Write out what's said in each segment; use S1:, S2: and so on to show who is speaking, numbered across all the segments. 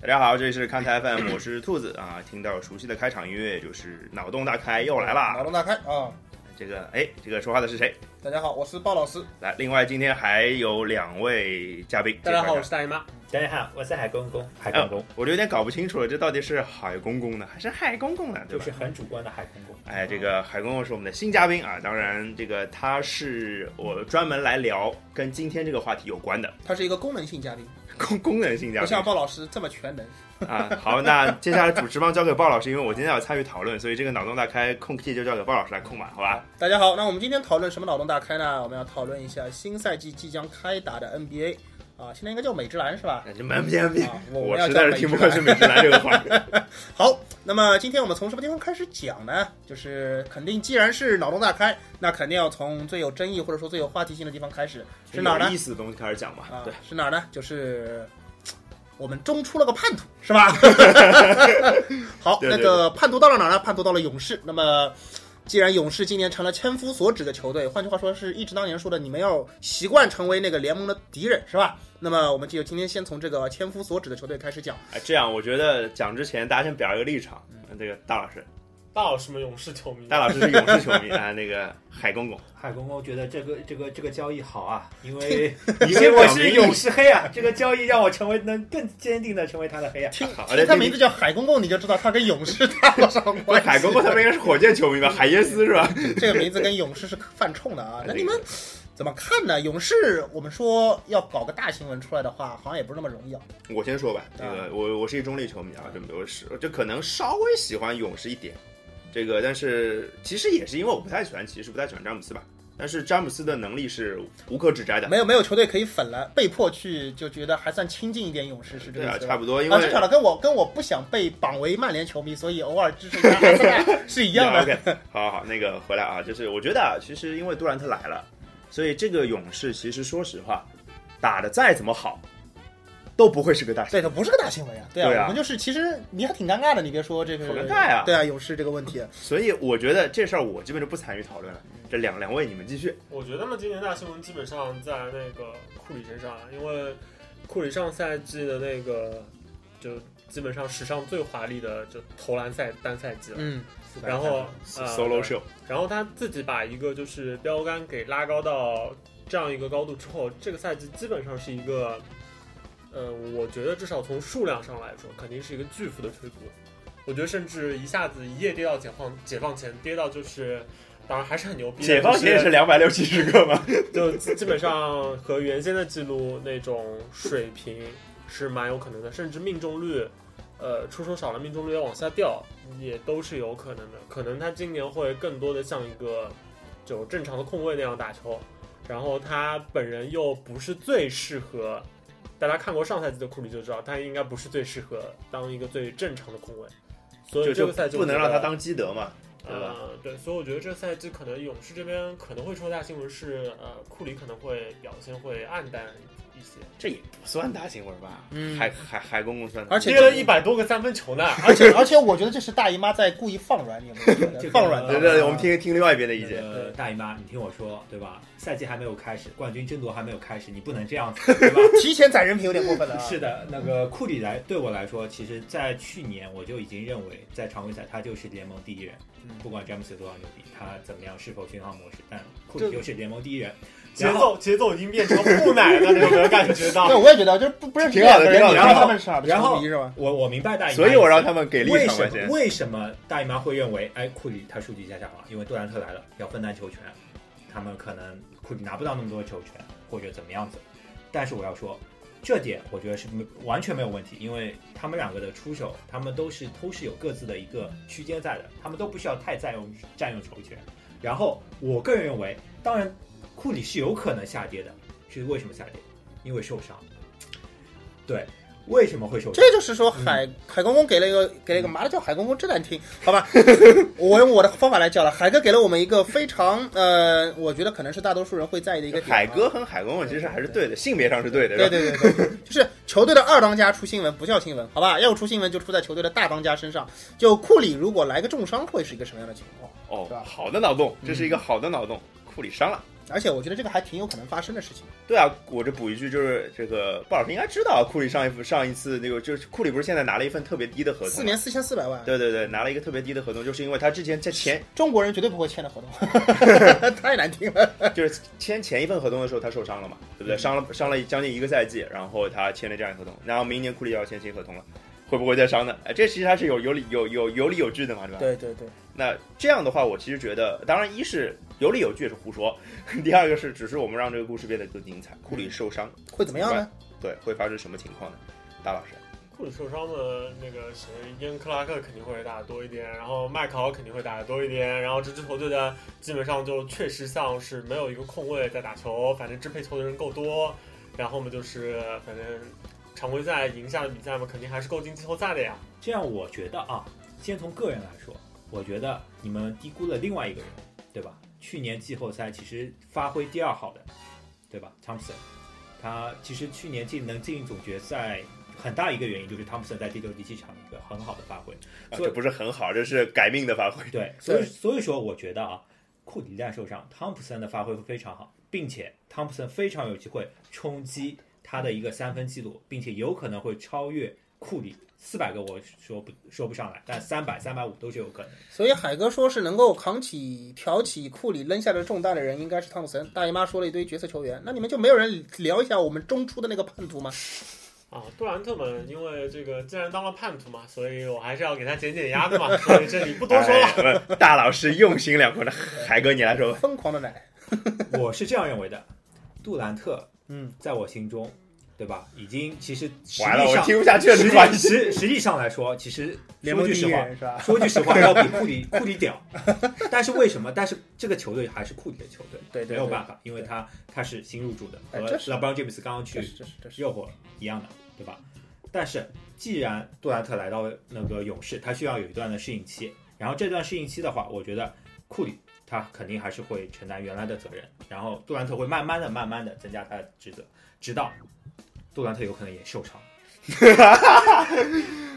S1: 大家好，这里是看台 FM，我是兔子啊。听到熟悉的开场音乐，就是脑洞大开又来
S2: 脑
S1: 啦。
S2: 洞大开啊！
S1: 这个哎，这个说话的是谁？
S2: 大家好，我是鲍老师。
S1: 来，另外今天还有两位嘉宾。
S3: 大家好，
S1: 这
S3: 我
S1: 块
S3: 是大姨妈。
S4: 大家好，我是海公公，海
S1: 看，哎，我就有点搞不清楚了，这到底是海公公呢，还是海公公呢？对
S4: 就
S1: 吧
S4: 是？很主观的海公公。
S1: 哎，这个海公公是我们的新嘉宾啊，当然这个他是我专门来聊跟今天这个话题有关的
S2: 他是一个功能性嘉宾，
S1: 功功能性嘉
S2: 不像
S1: 宾
S2: 鲍老师这么全能。
S1: 啊。好，那接下来主持棒交给鲍老师，因为我今天要参与讨论，所以这个脑洞大开空气就交给鲍老师来控吧，好吧？
S2: 大家好，那我们今天讨论什么脑洞大开呢？我们要讨论一下新赛季即将开打的 NBA 啊，现在应该叫美职篮是吧？
S1: 那就门别别，
S2: 啊，我
S1: 我
S2: 们要
S1: 实
S2: 叫
S1: 在
S2: 美
S1: 是
S2: 职
S1: 听不过
S2: 篮。
S1: 去美职篮这个话题。
S2: 好，那么今天我们从什么地方开始讲呢？就是肯定，既然是脑洞大开，那肯定要从最有争议或者说最有话题性的地方开始， 是哪儿呢
S1: 有意？思的东西开始讲吧。
S2: 啊
S1: 对，，
S2: 是哪儿呢？就是嘖我们中出了个叛徒，是吧？好，
S1: 对对
S2: 那个叛徒到了哪儿呢？叛徒到了勇士。那么，既然勇士今年成了千夫所指的球队，换句话说，是一直当年说的你们要习惯成为那个联盟的敌人，是吧？那么我们就今天先从这个千夫所指的球队开 始讲。
S1: 哎，这样我觉得讲之前，大家先表达一个立场。
S2: 嗯
S1: 呃这个大老师，
S3: 大老师们勇士球迷，
S1: 大老师是勇士球迷啊，那个海公公，
S4: 海公公觉得这个这个这个交易好啊，因 为
S1: 你
S4: 因为我是勇士黑啊，这个交易让我成为能更坚定的成为他的黑啊。
S2: 听
S1: 好
S2: 听他
S1: 这
S2: 名字叫海公公，你就知道他跟勇士搭了上
S1: 不是
S2: 关系。
S1: 海公公，他们应该是火箭球 迷吧？海耶斯是吧？
S2: 这个名字跟勇士是犯冲的嗯
S1: 哎
S2: 啊。那你们怎么看呢？勇士，我们说要搞个大新闻出来的话，好像也不是那么容易啊。
S1: 我先说吧，这
S2: 啊
S1: 个我我是一中立球迷啊，这我是就可能稍微喜欢勇士一点，这个但是其实也是因为我不太喜欢骑士，不太喜欢詹姆斯吧。但是詹姆斯的能力是无可指摘的，
S2: 没有没有球队可以粉了，被迫去就觉得还算亲近一点勇士是这
S1: 对
S2: 个
S1: 啊，
S2: 意思
S1: 差
S2: 吧？
S1: 不多，因为
S2: 啊，至少了跟我跟我不想被绑为曼联球迷，所以偶尔支持一下阿森纳是 一样的。
S1: OK，好好好，那个回来啊，就是我觉得啊，其实因为杜兰特来了，所以这个勇士其实说实话，打的再怎么好，都不会是个大胜。
S2: 对，它不是个大新闻呀、对
S1: 对啊
S2: 我们就是其实你还挺尴尬的，你别说这个
S1: 好尴尬呀
S2: 对啊，勇士这个问题，
S1: 所以我觉得这事儿我基本就不参与讨论了。这两两位你们继续。
S3: 我觉得他们今年大新闻基本上在那个库里身上，因为库里上赛季的那个就基本上史上最华丽的就投篮赛单赛季了。
S2: 嗯，
S3: 然后呃
S1: Solo show，
S3: 然后他自己把一个就是标杆给拉高到这样一个高度之后，这个赛季基本上是一个，呃，我觉得至少从数量上来说，肯定是一个巨幅的吹幅。我觉得甚至一下子一夜跌到解放解放前，跌到就是，当然还是很牛逼的。
S1: 解放前也是两百六七十个嘛。
S3: 就基基本上和原先的记录那种水平是蛮有可能的，甚至命中率，呃，出手少了命中率要往下掉，也都是有可能的。可能他今年会更多的像一个就正常的控卫那样打球，然后他本人又不是最适合。大家看过上赛季的库里就知道，他应该不是最适合当一个最正常的控卫，所
S1: 就
S3: 以这个赛季
S1: 就不能
S3: 我觉
S1: 让
S3: 得
S1: 他当基德嘛，对吧？
S3: 呃，对，所以我觉得这赛季可能勇士这边可能会出大新闻是，呃，库里可能会表现会暗淡一些，
S1: 这也不算大新闻吧？
S2: 嗯
S1: 海海海公公算大，
S2: 而且
S3: 跌了一百多个三分球呢。
S2: 而且而且我觉得这是大姨妈在故意放软，你有没有觉
S4: 这
S2: 得？
S4: 个
S2: 放软的。
S1: 对对，对我们听听另外一边的意见。
S4: 那个大姨妈，你听我说，对吧？赛季还没有开始，冠军争夺还没有开始，你不能这样子， 对吧？
S2: 提前攒人品有点过分了啊。
S4: 是 的，那个库里来对我来说，其实，在去年我就已经认为，在常规赛他就是联盟第一人，不管詹姆斯多少牛逼，他怎么样是否巡航模式，但库里就是联盟第一人。
S3: 节
S4: 然后，
S3: 奏节奏已经变成木乃了，你有没有感觉
S2: 对，
S3: 到？
S2: 我也觉得，就是不不是
S1: 挺好的
S2: 两
S1: 挺好的
S2: 个人你让他们傻，
S4: 然后
S2: 球迷是吧？
S4: 我我明白
S2: 哎
S4: 大姨妈，
S1: 所以我让他们给立
S4: 为
S1: 场
S4: 什
S1: 关先
S4: 么。为什么大姨妈会认为，哎，库里他数据在下滑，因为杜兰特来了要分担球权，他们可能库里拿不到那么多球权或者怎么样子。但是我要说，这点我觉得是没完全没有问题，因为他们两个的出手，他们都是都是有各自的一个区间在的，他们都不需要太占用占用球权。然后我个人认为，当然库里是有可能下跌的，是为什么下跌？因为受伤。对，为什么会受伤？
S2: 这就是说海、海公公给了一个给了一个嘛的叫海公公真难听，好吧，我用我的方法来叫了。海哥给了我们一个非常呃，我觉得可能是大多数人会在意的一个点啊
S1: 海哥，和海公公其实还是对的，性别上是对的，
S2: 对
S1: 吧？
S2: 对对对，就是球队的二当家出新闻不叫新闻，好吧，要出新闻就出在球队的大当家身上。就库里如果来个重伤，会是一个什么样的情况？
S1: 哦
S2: 是吧，嗯
S1: 好的脑洞，这是一个好的脑洞。库里伤了，
S2: 而且我觉得这个还挺有可能发生的事情。
S1: 对啊，我这补一句，就是这个鲍老师应该知道，啊库里上一上一次那个，就是库里不是现在拿了一份特别低的合同吗，
S2: 四年四千四百万，
S1: 对对对，拿了一个特别低的合同，就是因为他之前在 前
S2: 中国人绝对不会签的合同，太难听了。
S1: 就是签前一份合同的时候他受伤了嘛，对不
S2: 嗯
S1: 对？伤了伤了将近一个赛季，然后他签了这样一个合同，然后明年库里要签新合同了，会不会再伤呢？哎，这其实他是有有理有有有理有据的嘛，对吧？
S2: 对对对，
S1: 那这样的话，我其实觉得，当然一是有理有据也是胡说， 第二个是只是我们让这个故事变得更精彩。库里受伤，
S2: 会怎么样呢？
S1: 对，会发生什么情况呢？大老师，
S3: 库里受伤的那个谁，因克拉克肯定会打得多一点，然后麦考肯定会打得多一点，然后这支球队的基本上就确实像是没有一个空位在打球，反正支配球的人够多，然后嘛就是反正常规赛赢下的比赛嘛，肯定还是够进季后赛的呀。
S4: 这样我觉得啊，先从个人来说，我觉得你们低估了另外一个人，对吧？去年季后赛其实发挥第二好的，对吧？Thompson，他其实去年进能进总决赛，很大一个原因就是汤普森在第六、第七场一个很好的发挥。
S1: 啊、
S4: 所以
S1: 这不是很好，这是改命的发 挥。
S4: 对，所以所以说我觉得啊，库里一旦受伤，汤普森的发挥会非常好，并且汤普森非常有机会冲击他的一个三分记录，并且有可能会超越库里四百个，我说不说不上来，但三百、三百五都是有可能。
S2: 所以海哥说是能够扛起、挑起库里扔下的重担的人，应该是汤普森。大姨妈说了一堆角色球员，那你们就没有人聊一下我们中出的那个叛徒吗？
S3: 啊，杜兰特嘛，因为这个既然当了叛徒嘛，所以我还是要给他减减压的嘛，所以这里不多说了。
S1: 了、哎大老师用心良苦，那海哥你来说吧。
S2: 疯狂的奶，
S4: 我是这样认为的，杜兰特
S2: 嗯，
S4: 在我心中，对吧？已经其实实
S1: 完了，
S4: 际
S1: 我
S4: 上
S1: 听不下去了，
S4: 实
S1: 没关
S4: 际
S1: 系。
S4: 实实际上来说，其实
S2: 联
S4: 说
S2: 盟
S4: 句
S2: 第一
S4: 实话，
S2: 人是吧？
S4: 说句实话，要比库里库里屌。 但是为什么？但是这个球队还是库里的球队，
S2: 对对
S4: 没有
S2: 对
S4: 办法，因为他他是新入驻的，
S2: 哎
S4: 和
S2: 这是
S4: LeBron James 刚刚
S2: 这
S4: 去
S2: 是这是这是，
S4: 热火一样的，对吧？但是既然杜兰特来到那个勇士，他需要有一段的适应期，然后这段适应期的话，我觉得库里他肯定还是会承担原来的责任，然后杜兰特会慢慢的、慢慢的增加他的职责，直到杜兰特有可能也受伤。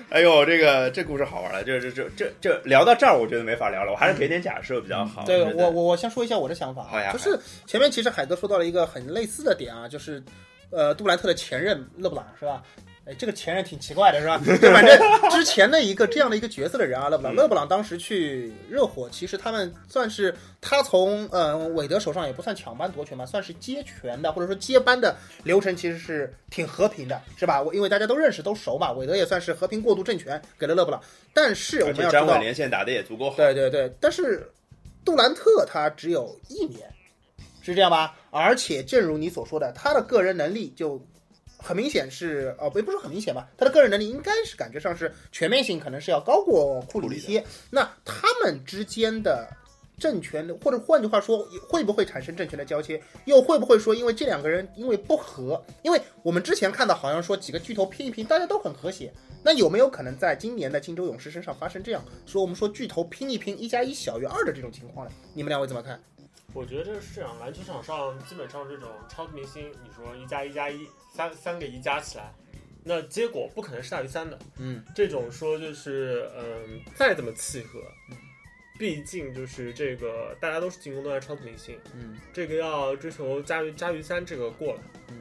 S1: 哎呦，这个这故事好玩了，这这这这这聊到这儿，我觉得没法聊了，我还是给点假设比较好。
S2: 对
S1: 我觉得
S2: 我我我先说一下我的想法
S1: 好呀
S2: 啊，就是前面其实海哥说到了一个很类似的点啊，就是呃杜兰特的前任勒布朗是吧？哎，这个前任挺奇怪的是吧？就反正之前的一个这样的一个角色的人啊，勒布朗，
S1: 嗯
S2: 勒布朗当时去热火，其实他们算是他从呃韦德手上也不算抢班夺权吧，算是接权的或者说接班的流程其实是挺和平的，是吧？我因为大家都认识都熟嘛，韦德也算是和平过渡政权给了勒布朗，但是
S1: 而
S2: 我们
S1: 且
S2: 要知
S1: 张
S2: 道
S1: 伟，连线打的也足够好。
S2: 对对对，但是杜兰特他只有一年，是这样吧？而且正如你所说的，他的个人能力就很明显是哦，不也不是很明显吧？他的个人能力应该是感觉上是全面性，可能是要高过库里一些。那他们之间的。政权或者换句话说，会不会产生政权的交接？又会不会说，因为这两个人因为不和？因为我们之前看到好像说几个巨头拼一拼，大家都很和谐，那有没有可能在今年的金州勇士身上发生这样说我们说巨头拼一拼，一加一小于二的这种情况呢？你们两位怎么看？
S3: 我觉得这是这样，篮球场上基本上这种超级明星，你说一加一加一，三三个一加起来，那结果不可能是大于三的。
S2: 嗯，
S3: 这种说就是，嗯，再怎么契合，毕竟就是这个大家都是进攻端的超级明星，
S2: 嗯，
S3: 这个要追求加于加于三这个过了。
S2: 嗯，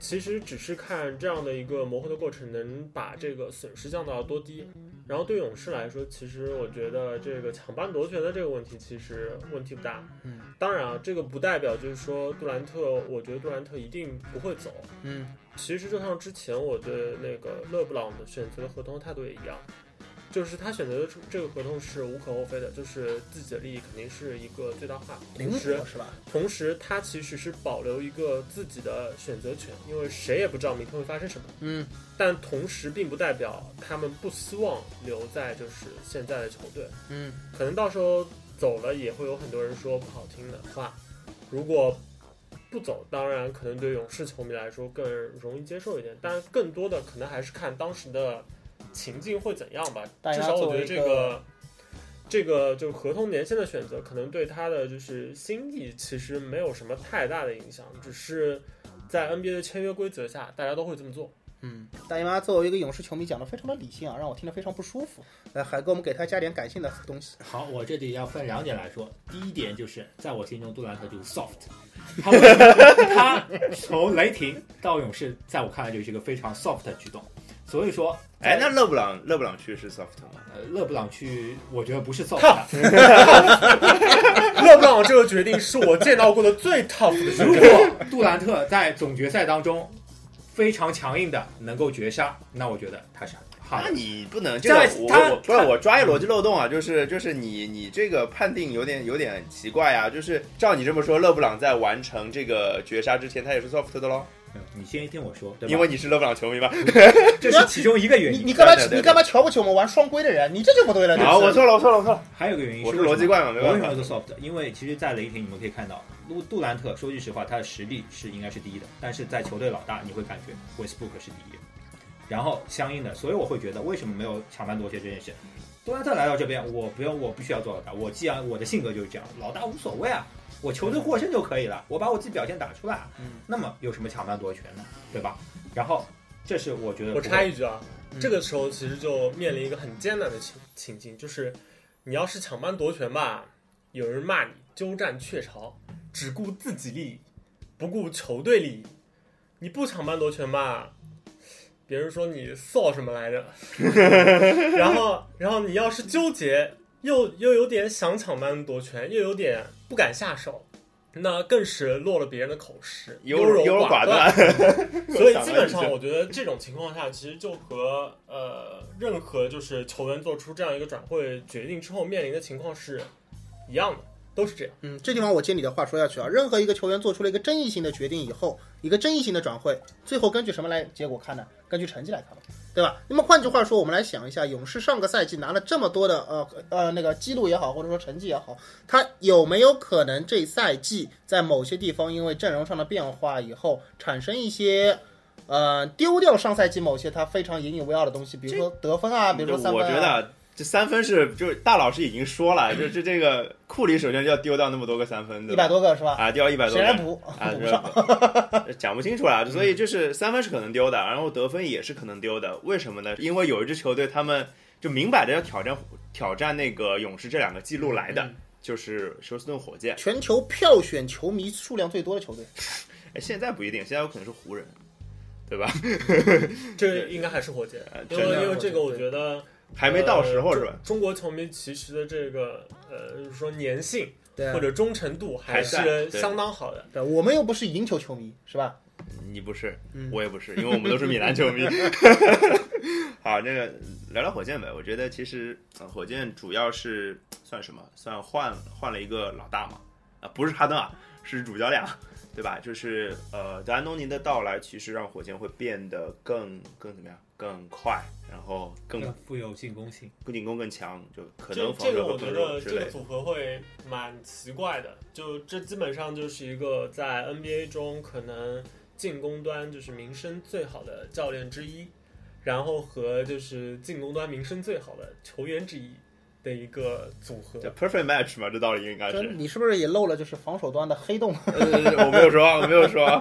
S3: 其实只是看这样的一个磨合的过程，能把这个损失降到多低。然后对勇士来说，其实我觉得这个抢班夺权的这个问题其实问题不大。
S2: 嗯，
S3: 当然啊，这个不代表就是说杜兰特，我觉得杜兰特一定不会走。
S2: 嗯，
S3: 其实就像之前我对那个勒布朗的选择的合同态度也一样，就是他选择的这个合同是无可厚非的，就是自己的利益肯定是一个最大化。
S2: 灵
S3: 同时
S2: 活，是吧？
S3: 同时他其实是保留一个自己的选择权，因为谁也不知道明天会发生什么。
S2: 嗯
S3: 但同时，并不代表他们不希望留在就是现在的球队，
S2: 嗯
S3: 可能到时候走了也会有很多人说不好听的话。如果不走，当然可能对勇士球迷来说更容易接受一点，但更多的可能还是看当时的情境会怎样吧。
S2: 大家
S3: 至少我觉得
S2: 作为一
S3: 这
S2: 个
S3: 个这个就是合同年限的选择，可能对他的就是心意其实 没有什么太大的影响，只是在 NBA 的签约规则下，大家都会这么做。
S2: 嗯，大姨妈作为一个勇士球迷讲的非常的理性啊，让我听得非常不舒服。呃，海哥，我们给他加点感性的东西。
S4: 好，我这里要分两点来说。第一点就是，在我心中，杜兰特就是 soft，他会他从雷霆到勇士，在我看来就是一个非常 soft 的举动。所以说，
S1: 哎，那勒布朗勒布朗去是 soft 吗？
S4: 呃，勒布朗去，我觉得不是 soft，的
S3: 勒布朗这个决定是我见到过的最 tough 的决
S4: 如
S3: 定。
S4: 果杜兰特在总决赛当中非常强硬的能够绝杀，那我觉得他是好
S1: 那
S4: 的。
S1: 你不能这
S4: 啊在
S1: 个我
S4: 他
S1: 我不是我抓一逻辑漏洞啊，就是就是你你这个判定有点有点奇怪啊，就是照你这么说，勒布朗在完成这个绝杀之前，他也是 soft 的喽，
S4: 嗯你先听我说，对吧？
S1: 因为你是勒布朗球 迷吧？
S4: 这是其中一个原
S2: 你
S4: 因。
S2: 你干嘛
S1: 对对对
S2: 你干嘛瞧不起我们玩双规的人？你这就不对了。
S1: 好，
S2: 这
S1: 我
S2: 次
S1: 错了，我错了，我错了，
S4: 还有一个原因
S1: 我是
S4: 为什么
S1: 逻辑怪嘛，没
S4: 我为
S1: 办
S4: 什么
S1: 法
S4: 要。做 soft？因为其实，在雷霆你们可以看到，杜杜兰特说句实话，他的实力是应该是第一的，但是在球队老大，你会感觉 Westbrook 是第一。然后相应的，所以我会觉得为什么没有抢班夺权这件事？杜兰特来到这边，我不用，我不需要做老大，我既然我的性格就是这样，老大无所谓啊，我球队获胜就可以了，我把我自己表现打出来啊，
S2: 嗯
S4: 那么有什么抢班夺权呢？对吧？然后这是我觉得不
S3: 我插
S4: 会
S3: 一句啊，
S2: 嗯
S3: 这个时候其实就面临一个很艰难的情情境，就是你要是抢班夺权吧，有人骂你鸠占鹊巢，只顾自己利益，不顾球队利益；你不抢班夺权吧，别人说你臊什么来着， 然后然后你要是纠结，又又有点想抢班夺权，又有点不敢下手。那更是落了别人的口实，
S1: 优
S3: 柔
S1: 优柔
S3: 寡
S1: 寡断，
S3: 所以基本上，我觉得这种情况下，其实就和呃任何就是球员做出这样一个转会决定之后面临的情况是一样的，都是这样。
S2: 嗯，这地方我接你的话说下去啊。任何一个球员做出了一个争议性的决定以后，一个争议性的转会，最后根据什么来结果看呢？根据成绩来看嘛，对吧？那么换句话说，我们来想一下，勇士上个赛季拿了这么多的呃呃那个记录也好，或者说成绩也好，他有没有可能这赛季在某些地方因为阵容上的变化以后，产生一些呃丢掉上赛季某些他非常引以为傲的东西，比如说得分啊，比如说三分、
S1: 我
S2: 啊，
S1: 觉得啊这三分是就是大老师已经说了，就这这个库里首先就要丢掉那么多个三分，
S2: 一
S1: 对吧
S2: 百多个是吧？
S1: 啊，掉一百多
S2: 谁
S1: 个
S2: 来补？
S1: 啊，
S2: 补不
S1: 这
S2: 上。
S1: 这 讲不清楚啦，所以就是三分是可能丢的，然后得分也是可能丢的，为什么呢？因为有一支球队他们就明摆着要挑战挑战那个勇士这两个记录来的，
S2: 嗯
S1: 就是休斯顿火箭。
S2: 全球票选球迷数量最多的球队。
S1: 哎，现在不一定，现在有可能是湖人，对吧？
S3: 这应该还是火箭，
S1: 呃
S3: 因
S1: 真
S3: 为
S1: 的
S3: 因为这个我觉得
S1: 还没到时候
S3: 呃
S1: 是吧？
S3: 中中国球迷其实的这个呃，就是说粘性
S2: 对啊
S3: 或者忠诚度还
S1: 还在
S3: 是
S1: 对
S3: 相当好的。
S2: 对，啊我们又不是赢球球迷，是吧？
S1: 你不是，
S2: 嗯
S1: 我也不是，因为我们都是米兰球 迷。 好，那个聊聊火箭呗。我觉得其实、呃火箭主要是算什么？算换换了一个老大嘛？啊，不是哈登啊，是主教练啊，对吧？就是呃，德安东尼的到来，其实让火箭会变得更更怎么样？更快，然后更
S4: 更富有进攻性。
S1: 更进攻更强，就可
S3: 这
S1: 能防
S3: 这
S1: 守
S3: 个
S1: 会更
S3: 我觉
S1: 弱
S3: 得
S1: 之
S3: 这
S1: 类
S3: 个
S1: 的。
S3: 组合会蛮奇怪的，就这基本上就是一个在 NBA 中可能进攻端就是名声最好的教练之一，然后和就是进攻端名声最好的球员之一的一个组合
S1: 叫。perfect match 嘛，这道理应该。
S2: 就是你是不是也漏了就是防守端的黑洞？
S1: 呃，我没有说，我没有说，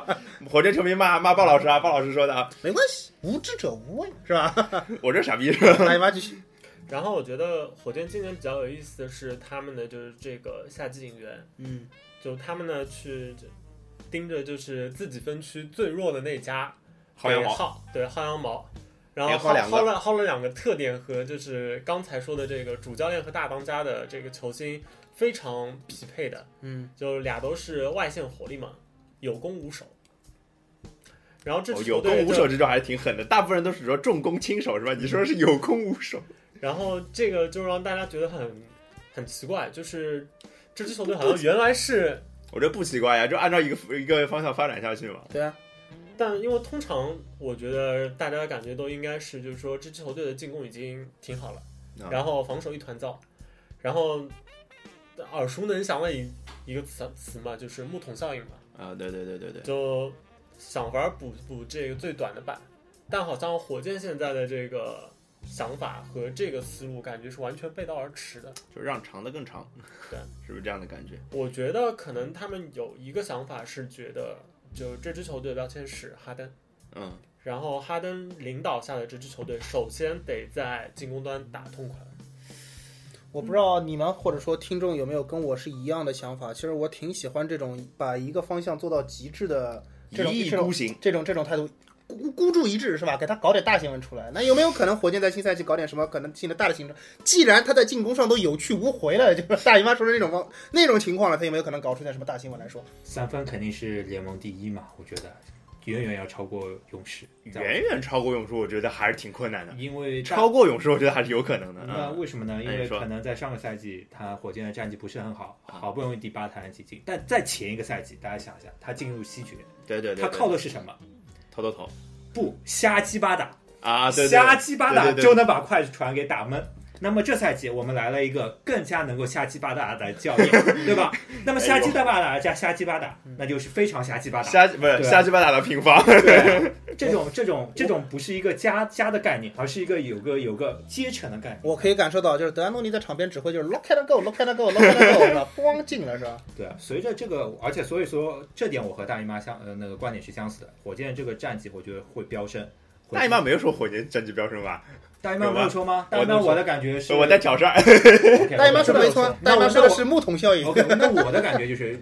S1: 火箭球迷骂骂鲍老师啊，鲍老师说的啊，
S2: 没关系，无知者无畏，是吧？
S1: 我这 傻逼是吧
S2: 来吧，继续。
S3: 然后我觉得火箭今年比较有意思的是他们的就是这个夏季引援，
S2: 嗯，
S3: 就他们呢去盯着就是自己分区最弱的那家，
S1: 薅羊毛
S3: 对，薅对薅羊毛，然后
S1: 连薅两个
S3: 薅了薅了两个特点和就是刚才说的这个主教练和大当家的这个球星非常匹配的，
S2: 嗯，
S3: 就俩都是外线火力嘛，有攻无守。然后这
S1: 哦
S3: 支
S1: 有
S3: 球
S1: 攻
S3: 队
S1: 无
S3: 就
S1: 守这招还是挺狠的，大部分人都是说重攻轻守是吧？你说是有攻无守，
S3: 然后这个就让大家觉得很很奇怪，就是这支球队好像原来是，
S1: 我觉得不奇怪呀，就按照一个一个方向发展下去嘛。
S2: 对啊，
S3: 但因为通常我觉得大家的感觉都应该是，就是说这支球队的进攻已经挺好了，
S1: 啊
S3: 然后防守一团糟，然后耳熟能详的一一个词词嘛，就是木桶效应嘛，
S1: 啊，对对对对对，
S3: 就想法补补这个最短的板，但好像火箭现在的这个想法和这个思路感觉是完全背道而驰的。
S1: 就让长的更长，
S3: 对，
S1: 是不是这样的感觉？
S3: 我觉得可能他们有一个想法是觉得，就这支球队的标签是哈登，
S1: 嗯，
S3: 然后哈登领导下的这支球队，首先得在进攻端打痛快。
S2: 我不知道你们或者说听众有没有跟我是一样的想法。其实我挺喜欢这种把一个方向做到极致的这种
S1: 一意
S2: 这种
S1: 孤行，
S2: 这种这种态度，孤孤注一掷是吧？给他搞点大新闻出来。那有没有可能火箭在新赛季搞点什么可能性的大的行程？既然他在进攻上都有去无回了，就是大姨妈说的那种方那种情况了，他有没有可能搞出点什么大新闻来说？
S4: 三分肯定是联盟第一嘛，我觉得远远要超过勇士。
S1: 远远超过勇士，我觉得还是挺困难的。
S4: 因为大
S1: 超过勇士，我觉得还是有可能的。
S4: 那
S1: 嗯，
S4: 为什么呢？因
S1: 哎你
S4: 为
S1: 说
S4: 可能在上个赛季，他火箭的战绩不是很好，
S1: 啊
S4: 好不容易第八才挤进。但在前一个赛季，大家想一下，他进入西决，
S1: 对对对，
S4: 他靠的是什么？
S1: 头头头
S4: 不，瞎鸡巴打，
S1: 啊，对对
S4: 瞎鸡巴打
S1: 对对对
S4: 就能把快船给打闷。那么这赛季我们来了一个更加能够瞎鸡巴打的教 练，对吧？那么瞎鸡巴打加瞎鸡巴打，那就是非常瞎鸡巴打。
S1: 哎瞎不是
S4: 对
S1: 瞎鸡巴打的平方，
S4: 对，这种这种这种不是一个加加的概念，而是一个有个有个阶层的概念。
S2: 我可以感受到，就是德安东尼在场边指挥就是 look at go look at go look at go 是吧？咣进了是吧？
S4: 对啊，随着这个，而且所以说这点我和大姨妈相呃那个观点是相似的。火箭这个战绩我觉得会飙升。火箭
S1: 大姨妈没有说火箭战绩飙升吧？
S4: 大姨妈没有说吗？大
S1: 有吧
S4: 姨妈我的感觉是
S1: 我在挑事儿，
S4: OK，
S2: 大姨妈说的没错
S4: 我，
S2: 大姨妈
S4: 那我
S2: 说的是木桶效应。
S4: OK，那我的感觉就是，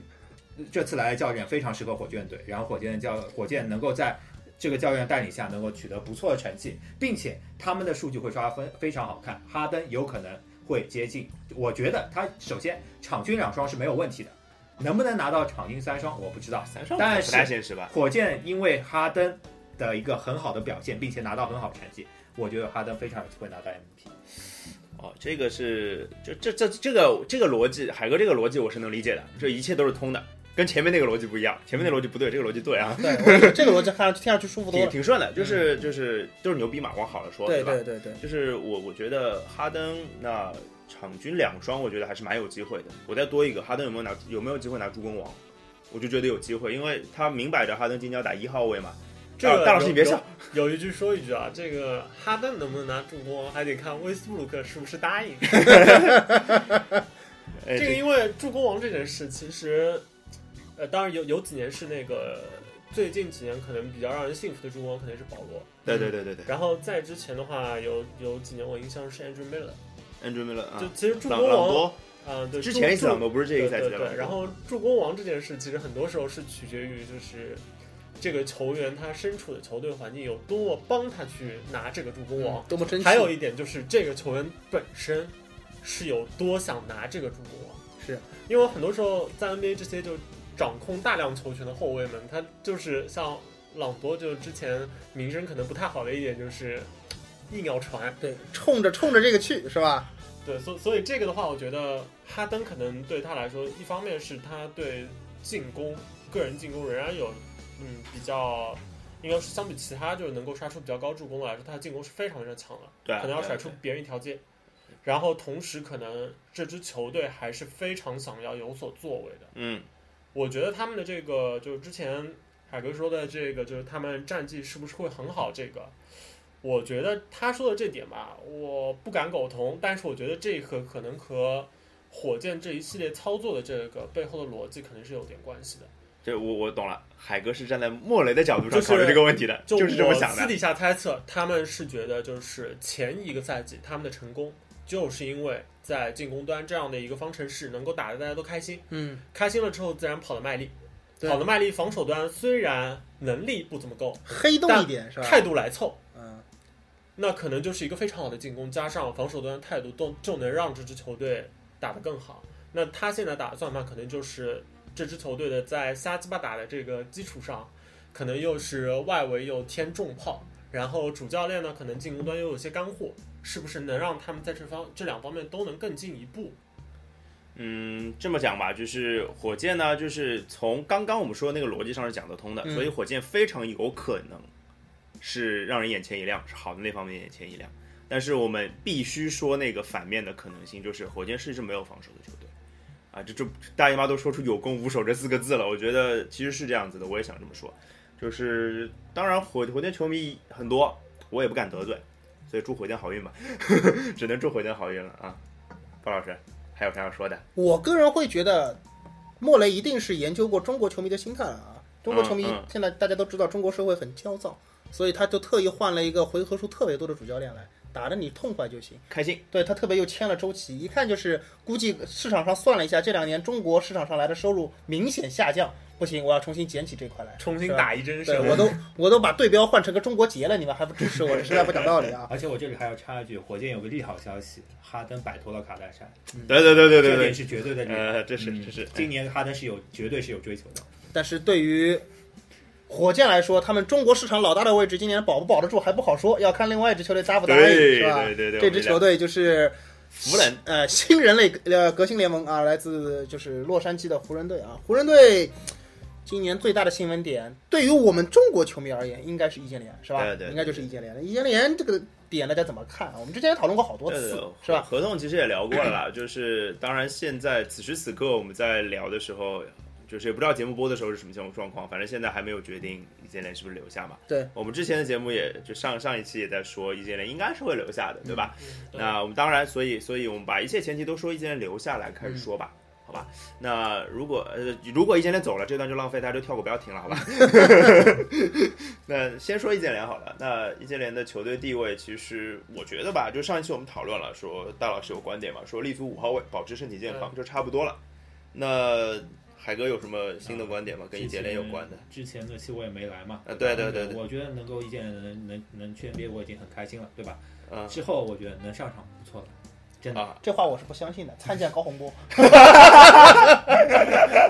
S4: 这次来的教练非常适合火箭队，然后火箭教火箭能够在这个教练带领下能够取得不错的成绩，并且他们的数据会刷分非常好看，哈登有可能会接近，我觉得他首先场均两双是没有问题的，能不能拿到场均三双我不知道，
S1: 咱说
S4: 但
S1: 不太
S4: 是
S1: 现实吧？
S4: 火箭因为哈登的一个很好的表现，并且拿到很好成绩，我觉得哈登非常有机会拿到 MVP。
S1: 哦，这个是就这这这个这个逻辑，海哥这个逻辑我是能理解的，这一切都是通的，跟前面那个逻辑不一样，前面那逻辑不对，这个逻辑对啊，
S2: 对，我觉得这个逻辑看上去听上去舒服多
S1: 挺
S2: 了。
S1: 挺顺的，
S3: 嗯
S1: 就是就是都是牛逼嘛，往好了说，
S2: 对
S1: 吧？
S2: 对对对，
S1: 就是我我觉得哈登那场均两双，我觉得还是蛮有机会的。我再多一个，哈登有没有拿有没有机会拿助攻王？我就觉得有机会，因为他明摆着哈登今天要打一号位嘛。
S3: 这个
S1: 啊大大老师你别笑，
S3: 有一句说一句啊，这个哈登能不能拿助攻，还得看威斯布鲁克是不是答应。
S1: 哎，
S3: 这个
S1: 这
S3: 因为助攻王这件事，其实，呃，当然有有几年是那个最近几年可能比较让人信服的助攻王肯定是保罗，
S1: 对对对对对
S3: 然后在之前的话有有几年我印象是 Andrew Miller，
S1: ，Andrew Miller 啊
S3: 就，其实助
S1: 朗
S3: 攻
S1: 朗
S3: 王，
S1: 多
S3: 啊，对，
S1: 之
S3: 助
S1: 前一次
S3: 助
S1: 朗多不是这一
S3: 对
S1: 个赛季
S3: 对
S1: 的
S3: 对，然后助攻王这件事，其实很多时候是取决于就是这个球员他身处的球队环境有多么帮他去拿这个助攻王。
S2: 多么真实。
S3: 还有一点就是这个球员本身是有多想拿这个助攻王，
S2: 是
S3: 因为很多时候在 NBA 这些就掌控大量球权的后卫们，他就是像朗多，就之前名声可能不太好的一点就是硬要传，
S2: 对，冲着冲着这个去是吧？
S3: 对，所所以这个的话，我觉得哈登可能对他来说，一方面是他对进攻个人进攻仍然有嗯比较，应该是相比其他就是能够刷出比较高助攻的来说，他的进攻是非常非常强的，
S1: 对，
S3: 可能要
S1: 对
S3: 甩出别人一条街。然后同时，可能这支球队还是非常想要有所作为的。
S1: 嗯，
S3: 我觉得他们的这个就是之前海哥说的这个，就是他们战绩是不是会很好？这个，我觉得他说的这点吧，我不敢苟同，但是我觉得这个可能和火箭这一系列操作的这个背后的逻辑肯定是有点关系的。
S1: 这我我懂了，海哥是站在莫雷的角度上
S3: 就是
S1: 考虑这个问题的，
S3: 就是
S1: 这么
S3: 我
S1: 想
S3: 私
S1: 的。
S3: 底下猜测，他们是觉得就是前一个赛季他们的成功，就是因为在进攻端这样的一个方程式能够打得大家都开心，
S2: 嗯，
S3: 开心了之后自然跑得卖力，
S2: 对
S3: 跑得卖力，防守端虽然能力不怎么够，
S2: 黑洞一点是吧？
S3: 态度来凑，
S2: 嗯，
S3: 那可能就是一个非常好的进攻，加上防守端的态度都就能让这支球队打得更好。那他现在打的算盘可能就是这支球队的在瞎鸡巴打的这个基础上，可能又是外围又添重炮，然后主教练呢可能进攻端又有些干货，是不是能让他们在这方这两方面都能更进一步？
S1: 嗯，这么讲吧，就是火箭呢，就是从刚刚我们说的那个逻辑上是讲得通的，
S2: 嗯
S1: 所以火箭非常有可能是让人眼前一亮，是好的那方面眼前一亮。但是我们必须说那个反面的可能性，就是火箭是一支没有防守的球队啊，这这大姨妈都说出有攻无守这四个字了，我觉得其实是这样子的，我也想这么说，就是当然火火箭球迷很多，我也不敢得罪，所以祝火箭好运吧，只能祝火箭好运了啊，包老师还有啥要说的？
S2: 我个人会觉得，莫雷一定是研究过中国球迷的心态了啊。中国球迷
S1: 嗯嗯
S2: 现在大家都知道，中国社会很焦躁，所以他就特意换了一个回合数特别多的主教练来，打得你痛快就行。
S1: 开心。
S2: 对他特别又签了周琦，一看就是估计市场上算了一下，这两年中国市场上来的收入明显下降，不行，我要重新捡起这块来。
S3: 重新打一针
S2: 对
S3: 是
S2: 我
S3: 吧？
S2: 都我都把对标换成个中国结了，你们还不支持我，实在不讲道理 啊！
S4: 而且我这里还要插一句，火箭有个利好消息，哈登摆脱了卡戴珊，
S1: 嗯对对对对对
S4: 这点
S1: 对，
S4: 是绝对的利好。
S1: 呃，这是
S4: 嗯
S1: 这是，
S4: 今年哈登是有绝对是有追求的。
S2: 但是对于火箭来说，他们中国市场老大的位置，今年保不保得住还不好说，要看另外一支球队答不答应，
S1: 对
S2: 是吧？
S1: 对对对
S2: 这支球队就是
S1: 湖人
S2: 呃新人类呃革新联盟啊，来自就是洛杉矶的湖人队啊，湖人队。今年最大的新闻点，对于我们中国球迷而言，应该是易建联，是吧？
S1: 对对对
S2: 应该就是易建联。易建联这个点大家怎么看啊？我们之前也讨论过好多
S1: 对
S2: 次
S1: 对，
S2: 是吧？
S1: 合同其实也聊过了啦，就是当然现在此时此刻我们在聊的时候，就是也不知道节目播的时候是什么情况状况，反正现在还没有决定易建联是不是留下嘛。
S2: 对，
S1: 我们之前的节目也就上上一期也在说易建联应该是会留下的，对吧？
S3: 对
S1: 那我们当然，所以所以我们把一切前提都说易建联留下来开始说
S2: 嗯
S1: 吧。好吧，那如果呃，如果易建联走了，这段就浪费，大家就跳过，不要听了，好 吧？ 那先说易建联好了。那易建联的球队地位，其实我觉得吧，就上一期我们讨论了，说大老师有观点嘛，说立足五号位，保持身体健康就差不多了。那海哥有什么新的观点
S2: 啊
S1: 吗？跟易建联有关的？
S4: 之前那期我也没来嘛。
S1: 啊对对对对
S4: 我觉得能够易建联能能能去 NBA 我已经很开心了，对吧？
S1: 嗯
S4: 之后我觉得能上场不错了，真的。
S1: 啊，
S2: 这话我是不相信的，参见高洪 波。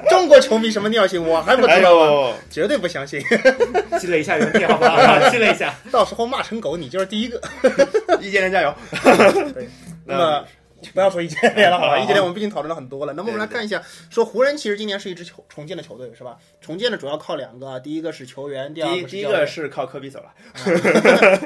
S2: 中国球迷什么尿性，我还不
S1: 哎
S2: 知道啊吗？
S1: 呦，
S2: 绝对不相信，
S4: 积累一下人气好不好？啊 积累一下。
S2: 到时候骂成狗，你就是第一个。
S1: 易建联加油！
S2: 那么。不要说易建联了，好
S1: 好
S2: 吧？
S1: 好
S2: 易建联我们毕竟讨论了很多了。那么我们来
S1: 对对
S2: 看一下，说湖人其实今年是一支球重建的球队，是吧？重建的主要靠两个，啊第一个是球员，第二
S1: 第一
S2: 个
S1: 第
S2: 是
S1: 一
S2: 教练
S1: 个是靠科比走了，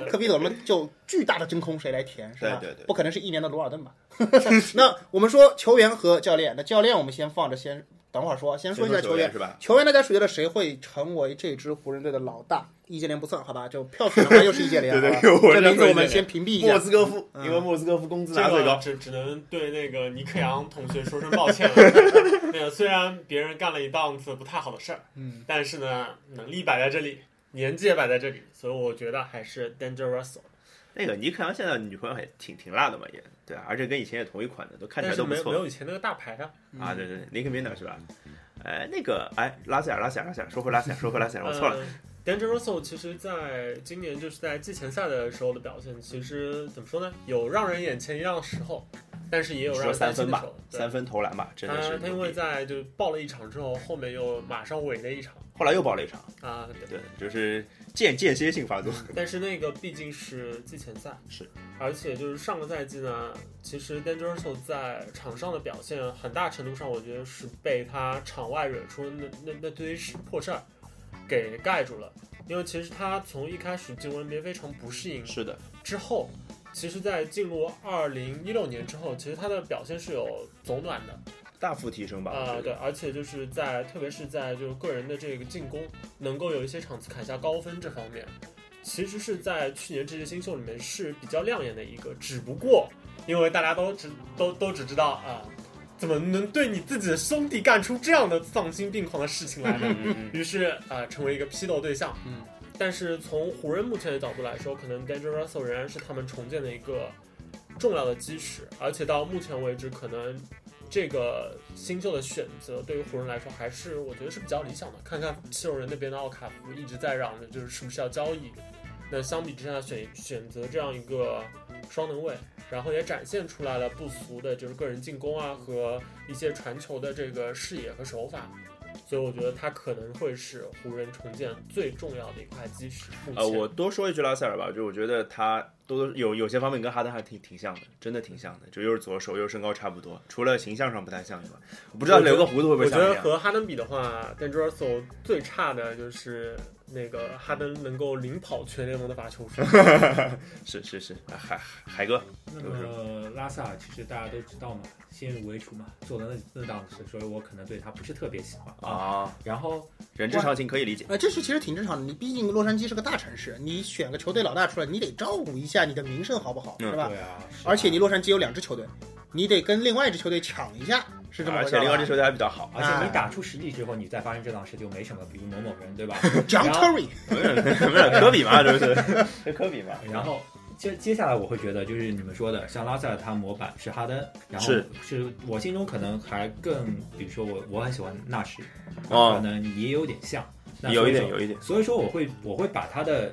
S2: 科比走了就巨大的真空谁来填是吧？
S1: 对对对
S2: 不可能是一年的罗尔顿吧？ 那我们说球员和教练，那教练我们先放着先等会儿说，先说一下
S1: 先
S2: 球
S1: 球
S2: 员
S1: 员。是吧？
S2: 球员大家觉得谁会成为这支湖人队的老大？易建联不算，好吧？就票选的话又是易建联，
S1: 对对
S2: 好吧
S1: 对我
S2: 这
S1: 认为
S2: 名字我们
S1: 易建
S2: 先屏蔽一
S1: 莫
S2: 下。
S1: 斯科夫，
S2: 嗯
S1: 因为莫斯科夫工资
S3: 这
S1: 拿最
S3: 个
S1: 高。
S3: 只只能对那个尼克杨同学说声抱歉了。 那个虽然别人干了一档子不太好的事儿，
S2: 嗯，
S3: 但是呢，能力摆在这里，年纪也摆在这里，所以我觉得还是 Danger Russell。
S1: 那个尼克杨现在女朋友也挺挺辣的嘛，也对啊，而且跟以前也同一款的，都看起
S3: 但
S1: 来
S3: 是
S1: 都不
S3: 没有没
S1: 错
S3: 有以前那个大牌啊。
S2: 嗯
S1: 啊。对对，对，尼克米纳是吧？哎，那个哎，拉塞尔，拉塞尔，拉塞尔，说回拉塞尔，说回拉塞尔，哎我错了。
S3: 呃 Danger Russell 其实在今年就是在季前赛的时候的表现，其实怎么说呢，有让人眼前一亮的时候，但是也有
S1: 你
S3: 让
S1: 说
S3: 人担
S1: 三
S3: 心
S1: 分
S3: 的
S1: 吧
S3: 时候，。对
S1: 三分投篮吧，真的是
S3: 他他因
S1: 牛
S3: 为
S1: 逼。
S3: 在就爆了一场之后，后面又马上尾了一场
S1: 后来又爆了一场，
S3: 啊，对。
S1: 对，就是间间歇性发作。
S3: 但是那个毕竟是季前赛，
S1: 是，
S3: 而且就是上个赛季呢，其实 Dangeroso 在场上的表现，很大程度上我觉得是被他场外惹出的那那那堆是破事儿给盖住了，因为其实他从一开始进入 NBA 非常不适应，
S1: 是的，
S3: 之后，其实，在进入二零一六年之后，其实他的表现是有走暖的。
S1: 大幅提升吧。我觉
S3: 啊、
S1: 得
S3: 对，，而且就是在，特别是在就是个人的这个进攻，能够有一些场次砍下高分这方面，其实是在去年这些新秀里面是比较亮眼的一个。只不过，因为大家都只都都只知道啊、怎么能对你自己的兄弟干出这样的丧心病狂的事情来呢？
S1: 嗯嗯
S3: 于是啊、呃成为一个批斗对象。
S2: 嗯，
S3: 但是从湖人目前的角度来说，可能 Danger Russell 仍然是他们重建的一个重要的基石，而且到目前为止，可能这个新秀的选择对于湖人来说还是我觉得是比较理想的。看看七六人那边的奥卡福一直在嚷着就是是不是要交易，那相比之下选选择这样一个双能卫，然后也展现出来了不俗的就是个人进攻啊和一些传球的这个视野和手法。所以我觉得他可能会是湖人重建最重要的一块基石。目前
S1: 呃，我多说一句拉塞尔吧，就我觉得他多多有有些方面跟哈登还挺挺像的，真的挺像的，就又是左手又是身高差不多，除了形象上不太像以外，我不知道
S3: 我觉得
S1: 留个胡子会不会
S3: 我觉
S1: 像这
S3: 得
S1: 样。
S3: 和哈登比的话 d a n g e r o s o 最差的就是那个哈登能够领跑全联盟的罚球数。
S1: 是是是，啊海海哥，
S4: 那么拉萨尔其实大家都知道嘛，先入为主嘛，做了那那档子事，所以我可能对他不是特别喜欢。
S1: 啊，
S4: 然后
S1: 人之常情可以理解。
S2: 呃，这是其实挺正常的。你毕竟洛杉矶是个大城市，你选个球队老大出来，你得照顾一下你的名声，好不好？
S1: 嗯
S2: 是吧？
S4: 对啊，是
S2: 啊
S4: 啊
S2: 而且你洛杉矶有两支球队，你得跟另外一支球队抢一下，是这么
S1: 而
S2: 回
S1: 且零二这
S2: 事
S1: 球队还比较好。啊
S4: 而且
S2: 哎
S4: 你打出实力之后，你再发生这档事就没什么，比如某某人，对吧？
S2: ，John
S4: 然后
S2: Terry，
S1: 没有没有科比嘛，这不是是科比嘛？
S4: 然后接接下来我会觉得就是你们说的，像拉塞尔他模板是哈登，然后
S1: 是
S4: 是我心中可能还更，比如说我我很喜欢纳什，
S1: 哦
S4: 可能也有点像，那
S1: 有一点
S4: 所以说
S1: 有一点，
S4: 所以说我会我会把他的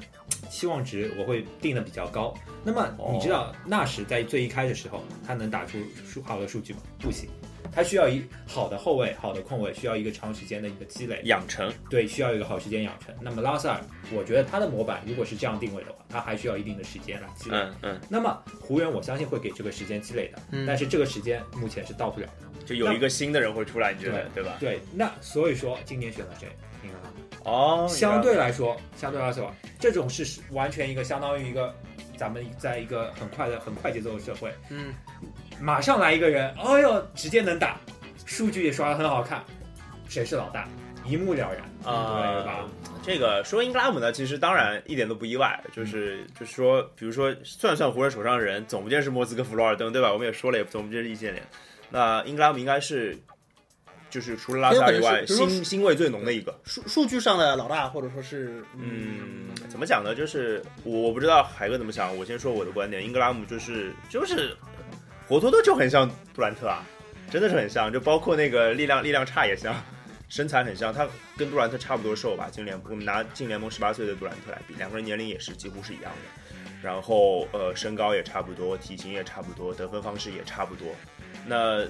S4: 期望值我会定的比较高。那么
S1: 哦
S4: 你知道纳什在最一开始的时候，他能打出数好的数据吗？不行，他需要一好的后卫、好的控卫，需要一个长时间的一个积累。
S1: 养成
S4: 对，需要一个好时间养成。那么拉塞尔，我觉得他的模板如果是这样定位的话，他还需要一定的时间来积累。
S1: 嗯嗯，
S4: 那么湖人，我相信会给这个时间积累的，
S2: 嗯
S4: 但是这个时间目前是到不了的。
S1: 就有一个新的人会出来，你觉得对吧？
S4: 对，那所以说今年选了谁？你看啊，
S1: 哦，
S4: 相对来说，相对来说，这种是完全一个相当于一个咱们在一个很快的、很快节奏的社会，
S2: 嗯，
S4: 马上来一个人，哎呦，直接能打，数据也刷得很好看，谁是老大，一目了然对
S1: 啊
S4: 吧？。
S1: 这个说英格拉姆呢，其实当然一点都不意外，
S2: 嗯
S1: 就是就是说，比如说算算湖人手上人，总不见是莫斯科弗罗尔登，对吧？我们也说了，也总不见是易建联。那英格拉姆应该是，就是除了拉萨以外，
S2: 很有可能是比如说
S1: 腥腥味最浓的一个。
S2: 数数据上的老大，或者说是
S1: 嗯，怎么讲呢？就是我我不知道海哥怎么想，我先说我的观点，英格拉姆就是就是活脱脱就很像杜兰特啊，真的是很像，就包括那个力量力量差也像， 身材很像，他跟杜兰特差不多瘦吧，进联我们拿进联盟十八岁的杜兰特来比，两个人年龄也是几乎是一样的，然后呃身高也差不多，体型也差不多，得分方式也差不多，那。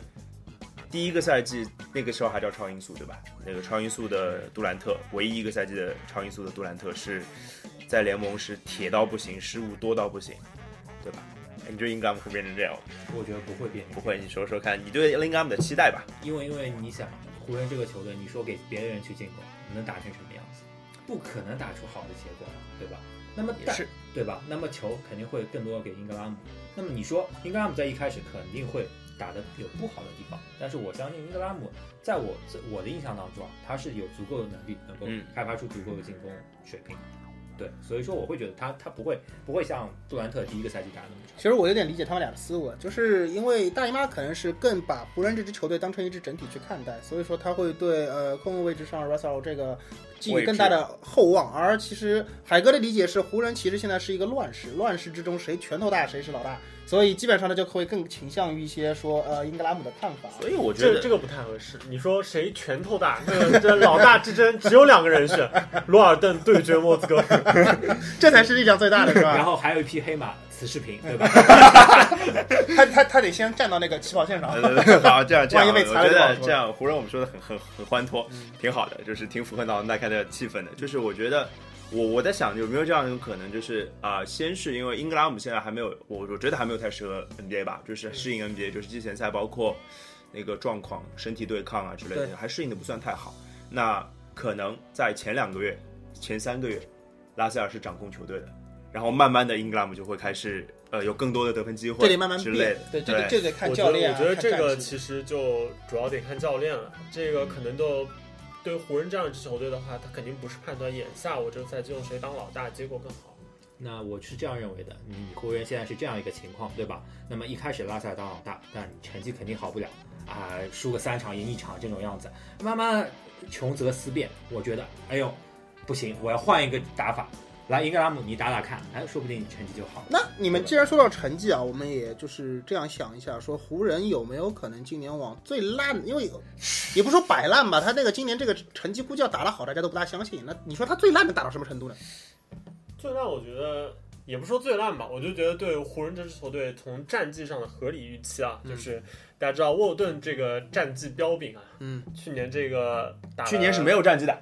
S1: 第一个赛季，那个时候还叫超音速，对吧？那个超音速的杜兰特，唯一一个赛季的超音速的杜兰特是在联盟是铁到不行，失误多到不行，对吧？哎你觉得英格拉姆会变成这样吗？
S4: 我觉得不会变，
S1: 不会，你说说看，你对林甘姆的期待吧？
S4: 因为因为你想，湖人这个球队，你说给别人去进攻，能打成什么样子？不可能打出好的结果嘛，对吧？那么但
S2: 是
S4: 对吧？那么球肯定会更多给英格拉姆。那么你说英格拉姆在一开始肯定会打的有不好的地方，但是我相信英格拉姆在我在我的印象当中啊，他是有足够的能力能够
S1: 嗯
S4: 开发出足够的进攻水平。对，所以说我会觉得他他不会不会像杜兰特第一个赛季打的那么差。
S2: 其实我有点理解他们俩的思维，就是因为大姨妈可能是更把湖人这支球队当成一支整体去看待，所以说他会对呃控卫位置上 Russell 这个寄予更大的厚望。而其实海哥的理解是，湖人其实现在是一个乱世，乱世之中谁拳头大谁是老大，所以基本上他就会更倾向于一些说呃英格拉姆的看法。
S1: 所以我觉
S3: 这
S1: 得
S3: 这个不太合适。你说谁拳头大？这个这老大之争只有两个人选，罗尔顿对决莫斯科。
S2: 这才是力量最大的是
S4: 然
S2: 吧？
S4: 后还有一匹黑马此视频，对吧？
S2: 他他他得先站到那个起跑线 上。
S1: 呃，好，这样这样，
S2: 万一
S1: 我
S2: 被裁
S1: 觉
S2: 了就不好
S1: 得
S2: 说嗯
S1: 这样湖人我们说的很很很欢脱，挺好的，就是挺符合脑大开的气氛的。就是我觉得我我在想有没有这样一种可能，就是啊、先是因为英格拉姆现在还没有，我我觉得还没有太适合 NBA 吧，就是
S2: 嗯
S1: 适应 NBA，就是季前赛包括那个状况、身体对抗啊之类
S2: 对
S1: 的，还适应的不算太好。那可能在前两个月、前三个月，拉塞尔是掌控球队的。然后慢慢的，英格拉姆就会开始，呃，有更多的得分机会，
S2: 这得慢慢
S1: 之类的，。
S2: 变对，这个这得 看
S3: 我觉
S2: 教
S3: 得
S2: 练啊，
S3: 我觉得
S2: 看
S3: 这个
S2: 战术
S3: 其实就主要得看教练了。这个可能就对湖人这样一支球队的话，他肯定不是判断眼下我这个赛季用谁当老大，结果更好。
S4: 那我是这样认为的，你湖人现在是这样一个情况，对吧？那么一开始拉塞尔当老大，但你成绩肯定好不了啊、输个三场赢一场这种样子，慢慢穷则思变，我觉得，哎呦，不行，我要换一个打法，来英格拉姆你打打看，哎，说不定你成绩就好了。
S2: 那你们既然说到成绩啊，我们也就是这样想一下，说湖人有没有可能今年往最烂，因为也不说摆烂吧，他那个今年这个成绩估计要打得好，大家都不大相信。那你说他最烂能打到什么程度呢？
S3: 最烂我觉得也不说最烂吧，我就觉得对湖人这支球队从战绩上的合理预期啊，就是
S1: 嗯
S3: 大家知道沃尔顿这个战绩彪炳啊，
S2: 嗯，
S3: 去年这个打了
S1: 去年是没有战绩的，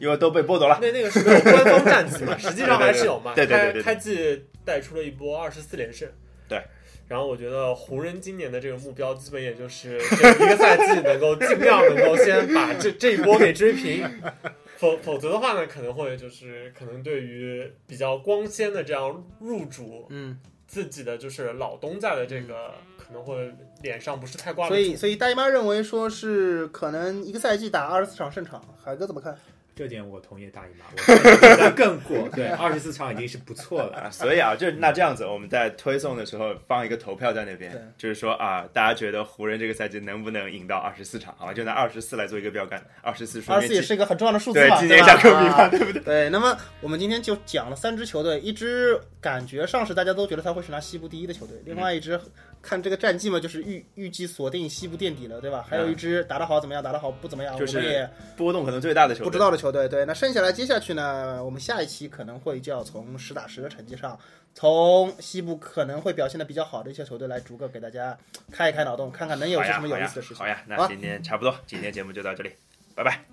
S1: 因为都被剥夺了。
S3: 那那个是没有官方战绩 嘛，实际上还是有嘛。
S1: 对对对对对对对
S3: 开开季带出了一波二十四连胜。
S1: 对。
S3: 然后我觉得湖人今年的这个目标，基本也就是这一个赛季能够尽量能够先把这这一波给追平，否否则的话呢，可能会就是可能对于比较光鲜的这样入主
S2: 嗯，
S3: 自己的就是老东家的这个，可能会脸上不是太挂得
S2: 所
S3: 住。
S2: 以所以大姨妈认为说是可能一个赛季打二十四场胜场，海哥怎么看？
S4: 这点我同意大姨妈，我觉得比他更过，对，二十四场已经是不错了。
S1: 啊， 所以啊，就是那这样子，我们在推送的时候放一个投票在那
S2: 对
S1: 边，就是说啊，大家觉得湖人这个赛季能不能赢到二十四场？好吧，就拿二十四来做一个标杆，二十四说
S2: 二
S1: 明
S2: 十四也
S1: 今
S2: 是一个很重要的数字
S1: 对
S2: 嘛，
S1: 今年
S2: 吧
S1: 下课比
S2: 啊
S1: 嘛，对不对？
S2: 对，那么我们今天就讲了三支球队，一支感觉上是大家都觉得他会是拿西部第一的球队，
S1: 嗯
S2: 另外一支看这个战绩嘛，就是预预计锁定西部垫底了，对吧？还有一支打得好怎么样，打得好不怎么
S1: 嗯
S2: 样，
S1: 就是
S2: 我们也
S1: 波动可能最大的球队，
S2: 不知道的球队。对，那剩下来接下去呢，我们下一期可能会就要从实打实的成绩上，从西部可能会表现的比较好的一些球队来逐个给大家开一开脑洞，看看能有
S1: 好
S2: 些
S1: 呀
S2: 什么有
S1: 好
S2: 意
S1: 呀
S2: 思的事情
S1: 好。呀，
S2: 好
S1: 那今天差不多，今天节目就到这里，拜拜。